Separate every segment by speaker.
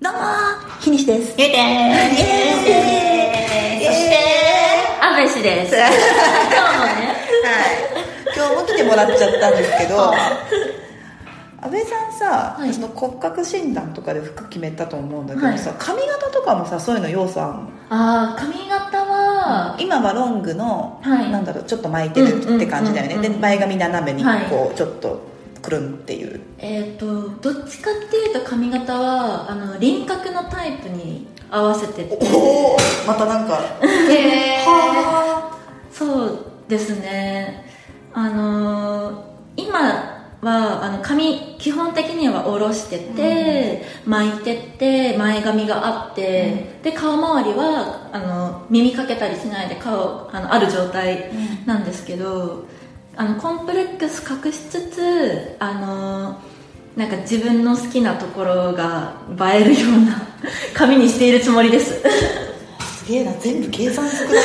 Speaker 1: どうもひにしです。
Speaker 2: ゆうでーす。そして、あべしです。今日もね、
Speaker 1: はい、今日も来てもらっちゃったんですけど安倍さんさ、
Speaker 2: はい
Speaker 1: その骨格診断とかで服決めたと思うんだけ
Speaker 2: は
Speaker 1: ど
Speaker 2: い
Speaker 1: さ、髪型とかもさそういうの要素あんの
Speaker 2: あー、髪型は、
Speaker 1: 今はロングの、
Speaker 2: はい
Speaker 1: なんだろうちょっと巻いてるって感じだよね、
Speaker 2: うんうんうんうん
Speaker 1: で前髪斜めに
Speaker 2: はい
Speaker 1: こうちょっとくるんっていう、
Speaker 2: えっ、ー、と、どっちかっていうと髪型は、あの、輪郭のタイプに合わせてて。
Speaker 1: おおまたなんか
Speaker 2: へー
Speaker 1: は
Speaker 2: そうですね。あのー今は、あの、髪、基本的には下ろしてて、巻いてって、前髪があって、で、顔周りは、あの、耳かけたりしないで顔、あの、ある状態
Speaker 1: うん
Speaker 2: なんですけど、あの、コンプレックス隠しつつ、あのーなんか自分の好きなところが映えるような髪にしているつもりです。
Speaker 1: あすげえな全部計算つくな、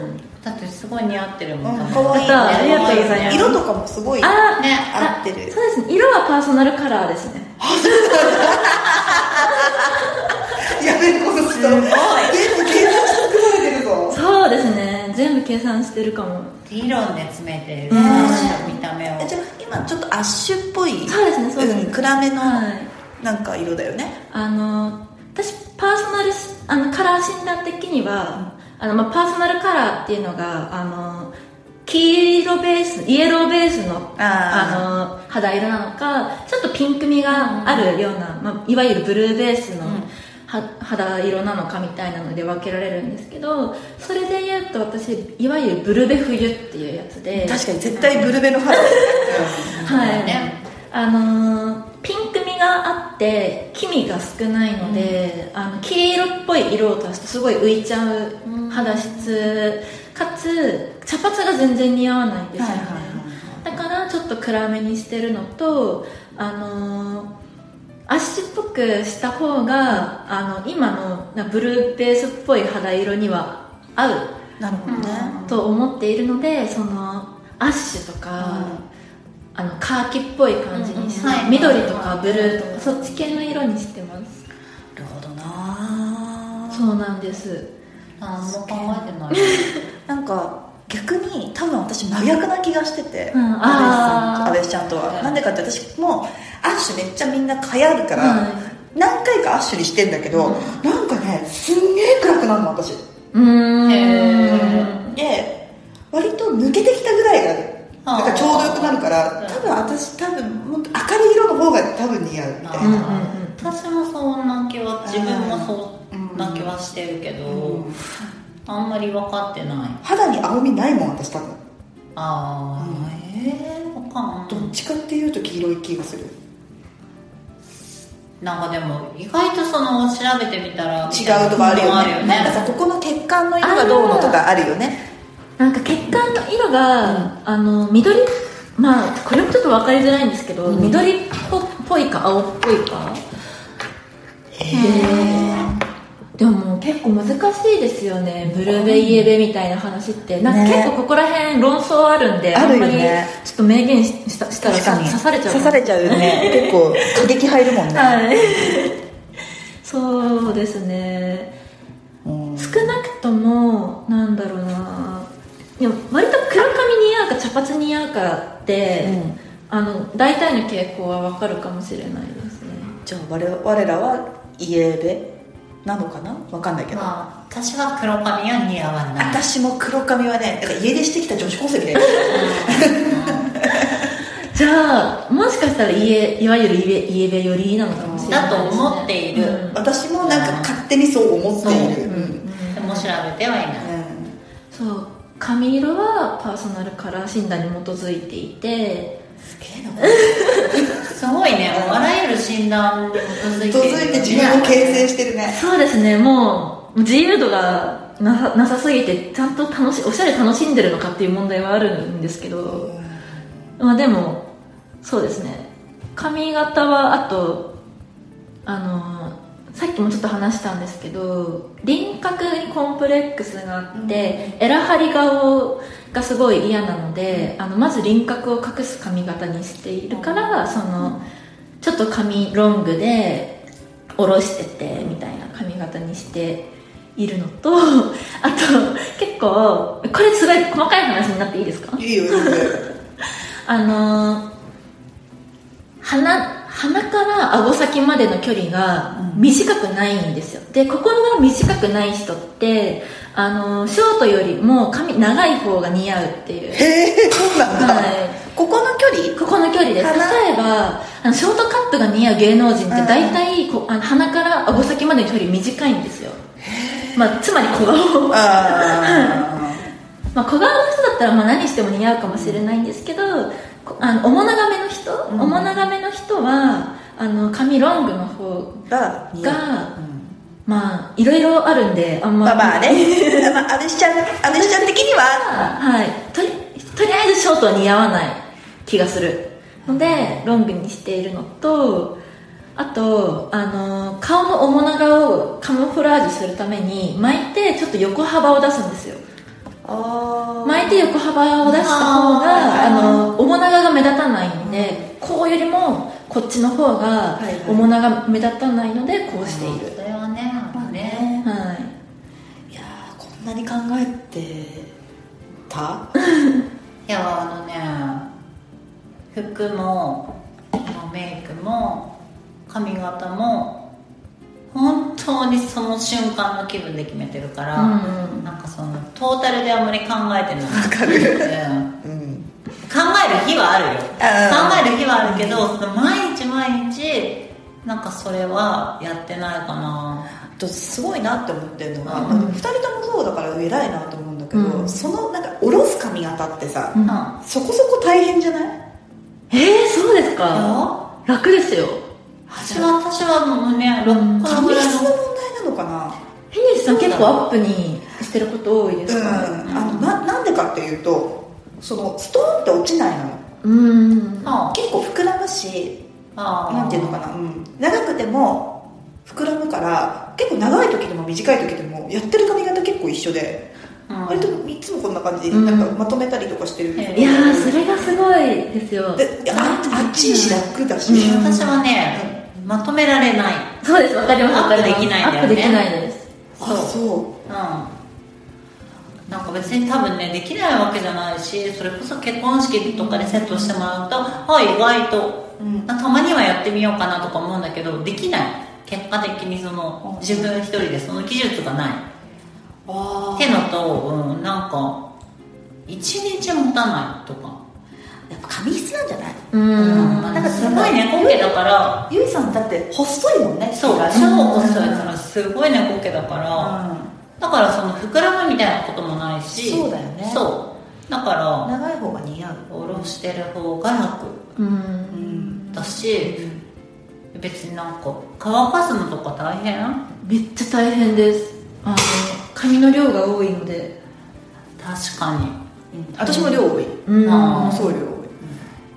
Speaker 1: うん
Speaker 3: だってすごい似合ってるもん、
Speaker 1: うん、かわいい、ね、
Speaker 2: またありがとうございます
Speaker 1: 色とかもすごい
Speaker 2: あー
Speaker 3: ね
Speaker 1: 合ってる
Speaker 2: そうですね。色はパーソナルカラーですね。
Speaker 1: やべこの人全部計算して作られてるぞ
Speaker 2: そうですね全部計算してるかも
Speaker 3: 理論で詰めてる、
Speaker 2: うん
Speaker 3: 見た目を
Speaker 1: えじゃあ今ちょっとアッシュっぽい
Speaker 2: そうですねそうですね
Speaker 1: ん、暗めの
Speaker 2: はい
Speaker 1: なんか色だよね、
Speaker 2: あの私パーソナルしあのカラー診断的には、あのまあ、パーソナルカラーっていうのがあの黄色ベースイエローベースの
Speaker 1: あ
Speaker 2: あの肌色なのかちょっとピンクみがあるような、まあ、いわゆるブルーベースの、
Speaker 1: うん
Speaker 2: は肌色なのかみたいなので分けられるんですけどそれで言うと私いわゆるブルベ冬っていうやつで
Speaker 1: 確かに絶対ブルベの肌、
Speaker 2: はい、
Speaker 3: ね
Speaker 2: あのーピンクみがあって黄身が少ないので、あの黄色っぽい色を足すとすごい浮いちゃう
Speaker 3: うん
Speaker 2: 肌質かつ茶髪が全然似合わないんですよね、
Speaker 1: はいはいはい
Speaker 2: だからちょっと暗めにしてるのとあのー足っぽくした方があの今のなブルーベースっぽい肌色には合う
Speaker 1: なるほどね、
Speaker 2: と思っているのでそのアッシュとか、あのカーキっぽい感じにして、
Speaker 3: うんうんはい
Speaker 2: 緑とかブルーとか、そっち系の色にしてます
Speaker 1: なるほどな
Speaker 2: そうなんです
Speaker 3: 何も考えてない
Speaker 1: なんか逆に多分私真逆な気がしてて、
Speaker 2: うんあー
Speaker 1: 安倍さんと安倍ちゃんとは、
Speaker 3: うん
Speaker 1: なんでかって私もアッシュめっちゃみんな蚊あるから、
Speaker 2: はい
Speaker 1: 何回かアッシュにしてんだけど、なんかねすんげえ暗くなるの私
Speaker 2: うーん
Speaker 3: へ
Speaker 1: で割と抜けてきたぐらいがね
Speaker 3: あ
Speaker 1: な
Speaker 3: ー
Speaker 1: んかちょうどよくなるから
Speaker 3: うん
Speaker 1: 多分私多分もっと明るい色の方が多分似合うみたい
Speaker 2: うんうんう
Speaker 1: な、
Speaker 2: ん
Speaker 3: 私もそんな気は自分も
Speaker 1: うん
Speaker 3: そんな気はしてるけど、
Speaker 1: うん
Speaker 3: あんまり分かってない
Speaker 1: 肌に青みないもん私多分
Speaker 3: ああ、えー、分かん
Speaker 1: どっちかっていうと黄色い気がする
Speaker 3: なんかでも意外とその調べてみたら
Speaker 1: 違うとかあるよね
Speaker 3: みた
Speaker 1: なん
Speaker 3: いな
Speaker 1: か
Speaker 3: の
Speaker 1: さ
Speaker 3: も
Speaker 1: ここの血管の色がどうのとかあるよね
Speaker 2: なんか血管の色が、あの緑まあこれもちょっと分かりづらいんですけど、
Speaker 1: うん
Speaker 2: 緑っぽっぽいか青っぽいか
Speaker 1: へ
Speaker 2: でも結構難しいですよねブルーベイエベみたいな話ってなんか
Speaker 1: ね
Speaker 2: 結構ここら辺論争あるんで、
Speaker 1: ある
Speaker 2: ん
Speaker 1: よ
Speaker 2: まりちょ
Speaker 1: ね
Speaker 2: っと明言ししたしたら
Speaker 1: 確
Speaker 2: さ
Speaker 1: かに
Speaker 2: 刺されちゃう
Speaker 1: 刺されちゃうよね結構過激入るもんね、
Speaker 2: はいそうですね
Speaker 1: うん
Speaker 2: 少なくともなんだろうなでも割と黒髪似合うか茶髪似合うかって、
Speaker 1: うん
Speaker 2: あの大体の傾向はわかるかもしれないですね
Speaker 1: じゃあ我々我らはイエベなのかなわかんないけど、
Speaker 3: まあ私は黒髪は似合わない
Speaker 1: 私も黒髪はねだから家出してきた女子高生みたいな
Speaker 2: じゃあもしかしたら家いわゆる家家部寄りなのかもしれないです、ね、
Speaker 3: だと思っている
Speaker 2: うん
Speaker 1: 私もなんか勝手にそう思っている
Speaker 3: そううん
Speaker 1: うん
Speaker 3: でも調べてはいない
Speaker 2: そう髪色はパーソナルカラー診断に基づいていて
Speaker 1: すげえなこれ
Speaker 3: すごいね、あらゆる診断に基づい
Speaker 1: 続
Speaker 3: てる、
Speaker 1: いて自分を形成してるね
Speaker 2: そうですねもう自由度がなさなさすぎてちゃんと楽しおしゃれ楽しんでるのかっていう問題はあるんですけど、まあ、でもそうですね髪型はあとあのさっきもちょっと話したんですけど輪郭にコンプレックスがあって、エラ張り顔がすごい嫌なので、あのまず輪郭を隠す髪型にしているから、そのちょっと髪ロングで下ろしててみたいな髪型にしているのとあと結構これすごい細かい話になっていいですか
Speaker 1: いいよ全然
Speaker 2: あのー鼻鼻から顎先までの距離が短くないんですよ、でここが短くない人ってあのーショートよりも髪長い方が似合うっていう
Speaker 1: へえそうなんだ、
Speaker 2: はい
Speaker 1: ここの距離
Speaker 2: ここの距離です
Speaker 1: 鼻
Speaker 2: 例えばあのショートカットが似合う芸能人って大体こうあの鼻から顎先までの距離短いんですよ、まあ、つまり小顔、ま
Speaker 1: あ
Speaker 2: あ、小顔の人だったらまあ何しても似合うかもしれないんですけどこあの面長めの人、
Speaker 1: ん
Speaker 2: 面長めの人はあの髪ロングの方
Speaker 1: あが似合う
Speaker 2: が
Speaker 1: うん
Speaker 2: まあいろいろあるんであんま
Speaker 1: まあまあねまああれしちゃんあれしちゃん的には
Speaker 2: はいとりとりあえずショートは似合わない気がするのでロングにしているのとあと、あの顔の面長をカモフラージュするために巻いてちょっと横幅を出すんですよ
Speaker 1: あ
Speaker 2: 巻いて横幅を出した方
Speaker 1: あー
Speaker 2: が、あの面長が目立たないんでこうよりもこっちの方が
Speaker 1: はいはい
Speaker 2: 面長が目立たないのでこうしている、
Speaker 3: それはねやっぱね
Speaker 1: ね
Speaker 2: はい
Speaker 1: いやーこんなに考えてた
Speaker 3: いやあのね服もメイクも髪型も本当にその瞬間の気分で決めてるから、
Speaker 2: うん
Speaker 3: なんかそのトータルであんまり考えてない
Speaker 1: わかる
Speaker 3: うん
Speaker 1: うん
Speaker 3: 考える日はあるよ
Speaker 1: あ
Speaker 3: 考える日はあるけどその毎日毎日なんかそれはやってないかな
Speaker 1: あとすごいなって思ってるのが、
Speaker 3: うん
Speaker 1: なんか2人ともそうだから偉いなと思うんだけど、
Speaker 2: うん
Speaker 1: そのなんか下ろす髪型ってさ、
Speaker 2: うん
Speaker 3: うん
Speaker 1: そこそこ大変じゃない
Speaker 2: えー、そうです
Speaker 3: い
Speaker 2: か
Speaker 3: や
Speaker 2: 楽ですよ
Speaker 3: 私は私はもうね6個ぐ
Speaker 1: 髪
Speaker 3: らい
Speaker 1: 質の
Speaker 3: の
Speaker 1: 問題なのかな
Speaker 2: フィニッシュさん結構アップにしてること多いですか
Speaker 1: うんあのななんでかっていうとそのストーンって落ちないのよ
Speaker 2: うん
Speaker 3: あ
Speaker 1: 結構膨らむし
Speaker 3: あ
Speaker 1: なんていうのかな、うん長くても膨らむから結構長い時でも短い時でもやってる髪型結構一緒で、
Speaker 3: うん
Speaker 1: 割といつもこんな感じで
Speaker 2: うん
Speaker 1: なんかまとめたりとかしてる、
Speaker 3: へ
Speaker 2: いやーそれがすごいですよ
Speaker 1: でああっちいし楽だし、
Speaker 2: うん
Speaker 3: 私はねまとめられない
Speaker 2: そうですわかりますわかります
Speaker 3: アップできないんだよね
Speaker 2: アップできないです
Speaker 1: あそ
Speaker 3: うんなんか別に多分ねできないわけじゃないしそれこそ結婚式とかでセットしてもらうとあ意外と
Speaker 1: う、うん、
Speaker 3: なたまにはやってみようかなとか思うんだけどできない結果的にその自分一人でその技術がない
Speaker 1: あ
Speaker 3: って
Speaker 1: ー
Speaker 3: のと、うん、なんか一日持たないとか
Speaker 1: やっぱ髪質なんじゃないう
Speaker 3: うん
Speaker 2: ん
Speaker 3: なんかすごい猫毛だから
Speaker 1: ゆいさんだって細いもんね
Speaker 3: そう
Speaker 1: だ
Speaker 3: 超細いからすごい猫毛だから、だからその膨らむみたいなこともないし
Speaker 1: そうだよね
Speaker 3: そうだから
Speaker 1: 長い方が似合う
Speaker 3: 下ろしてる方が楽
Speaker 2: うん、
Speaker 1: ん
Speaker 3: だし別になんか乾かすのとか大変
Speaker 2: めっちゃ大変ですあの髪の量が多いので
Speaker 3: 確かに
Speaker 1: うん私も量多い、
Speaker 2: うん
Speaker 3: あー
Speaker 1: そう量多い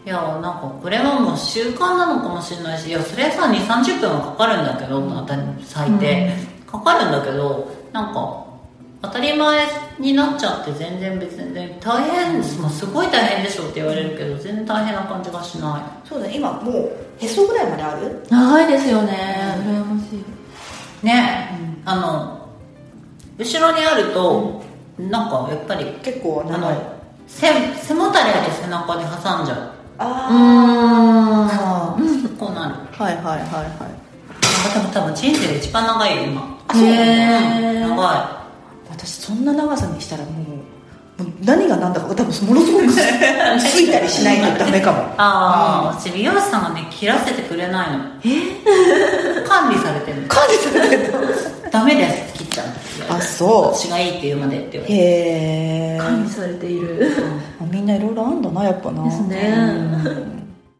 Speaker 3: いやなんかこれはもう習慣なのかもしれないしいやそれさ2 3 0分はかかるんだけど当たり最低、かかるんだけどなんか当たり前になっちゃって全然別にね大変ですもうすごい大変でしょって言われるけど全然大変な感じがしな
Speaker 1: そうだね今もうへそぐらいまである
Speaker 2: 長いですよね羨ましい
Speaker 3: いね、あの後ろにあると、なんかやっぱり
Speaker 1: 結構
Speaker 3: あ
Speaker 1: 長い
Speaker 3: の背背もたれと背中で挟んじゃ
Speaker 2: う
Speaker 1: あ
Speaker 2: ん
Speaker 1: あ
Speaker 3: う こうなる
Speaker 1: はいはいはいはい
Speaker 3: でも多分人生で一番長いよ今
Speaker 1: あそう
Speaker 2: へー
Speaker 3: 長い
Speaker 1: 私そんな長さにしたらもうもう何が何だか多分ものすごくつついたりしないとダメかも
Speaker 3: ああ、私美容師さんがね切らせてくれないの管理されてるの
Speaker 1: 感じされてるの
Speaker 3: ダメです切っちゃうんですよ
Speaker 1: あそ
Speaker 3: 私がいいって言うまでって言わ
Speaker 1: う
Speaker 3: れて
Speaker 1: へえ
Speaker 2: 管理されている
Speaker 1: みんないろいろあんだなやっぱな
Speaker 2: ですね
Speaker 1: うん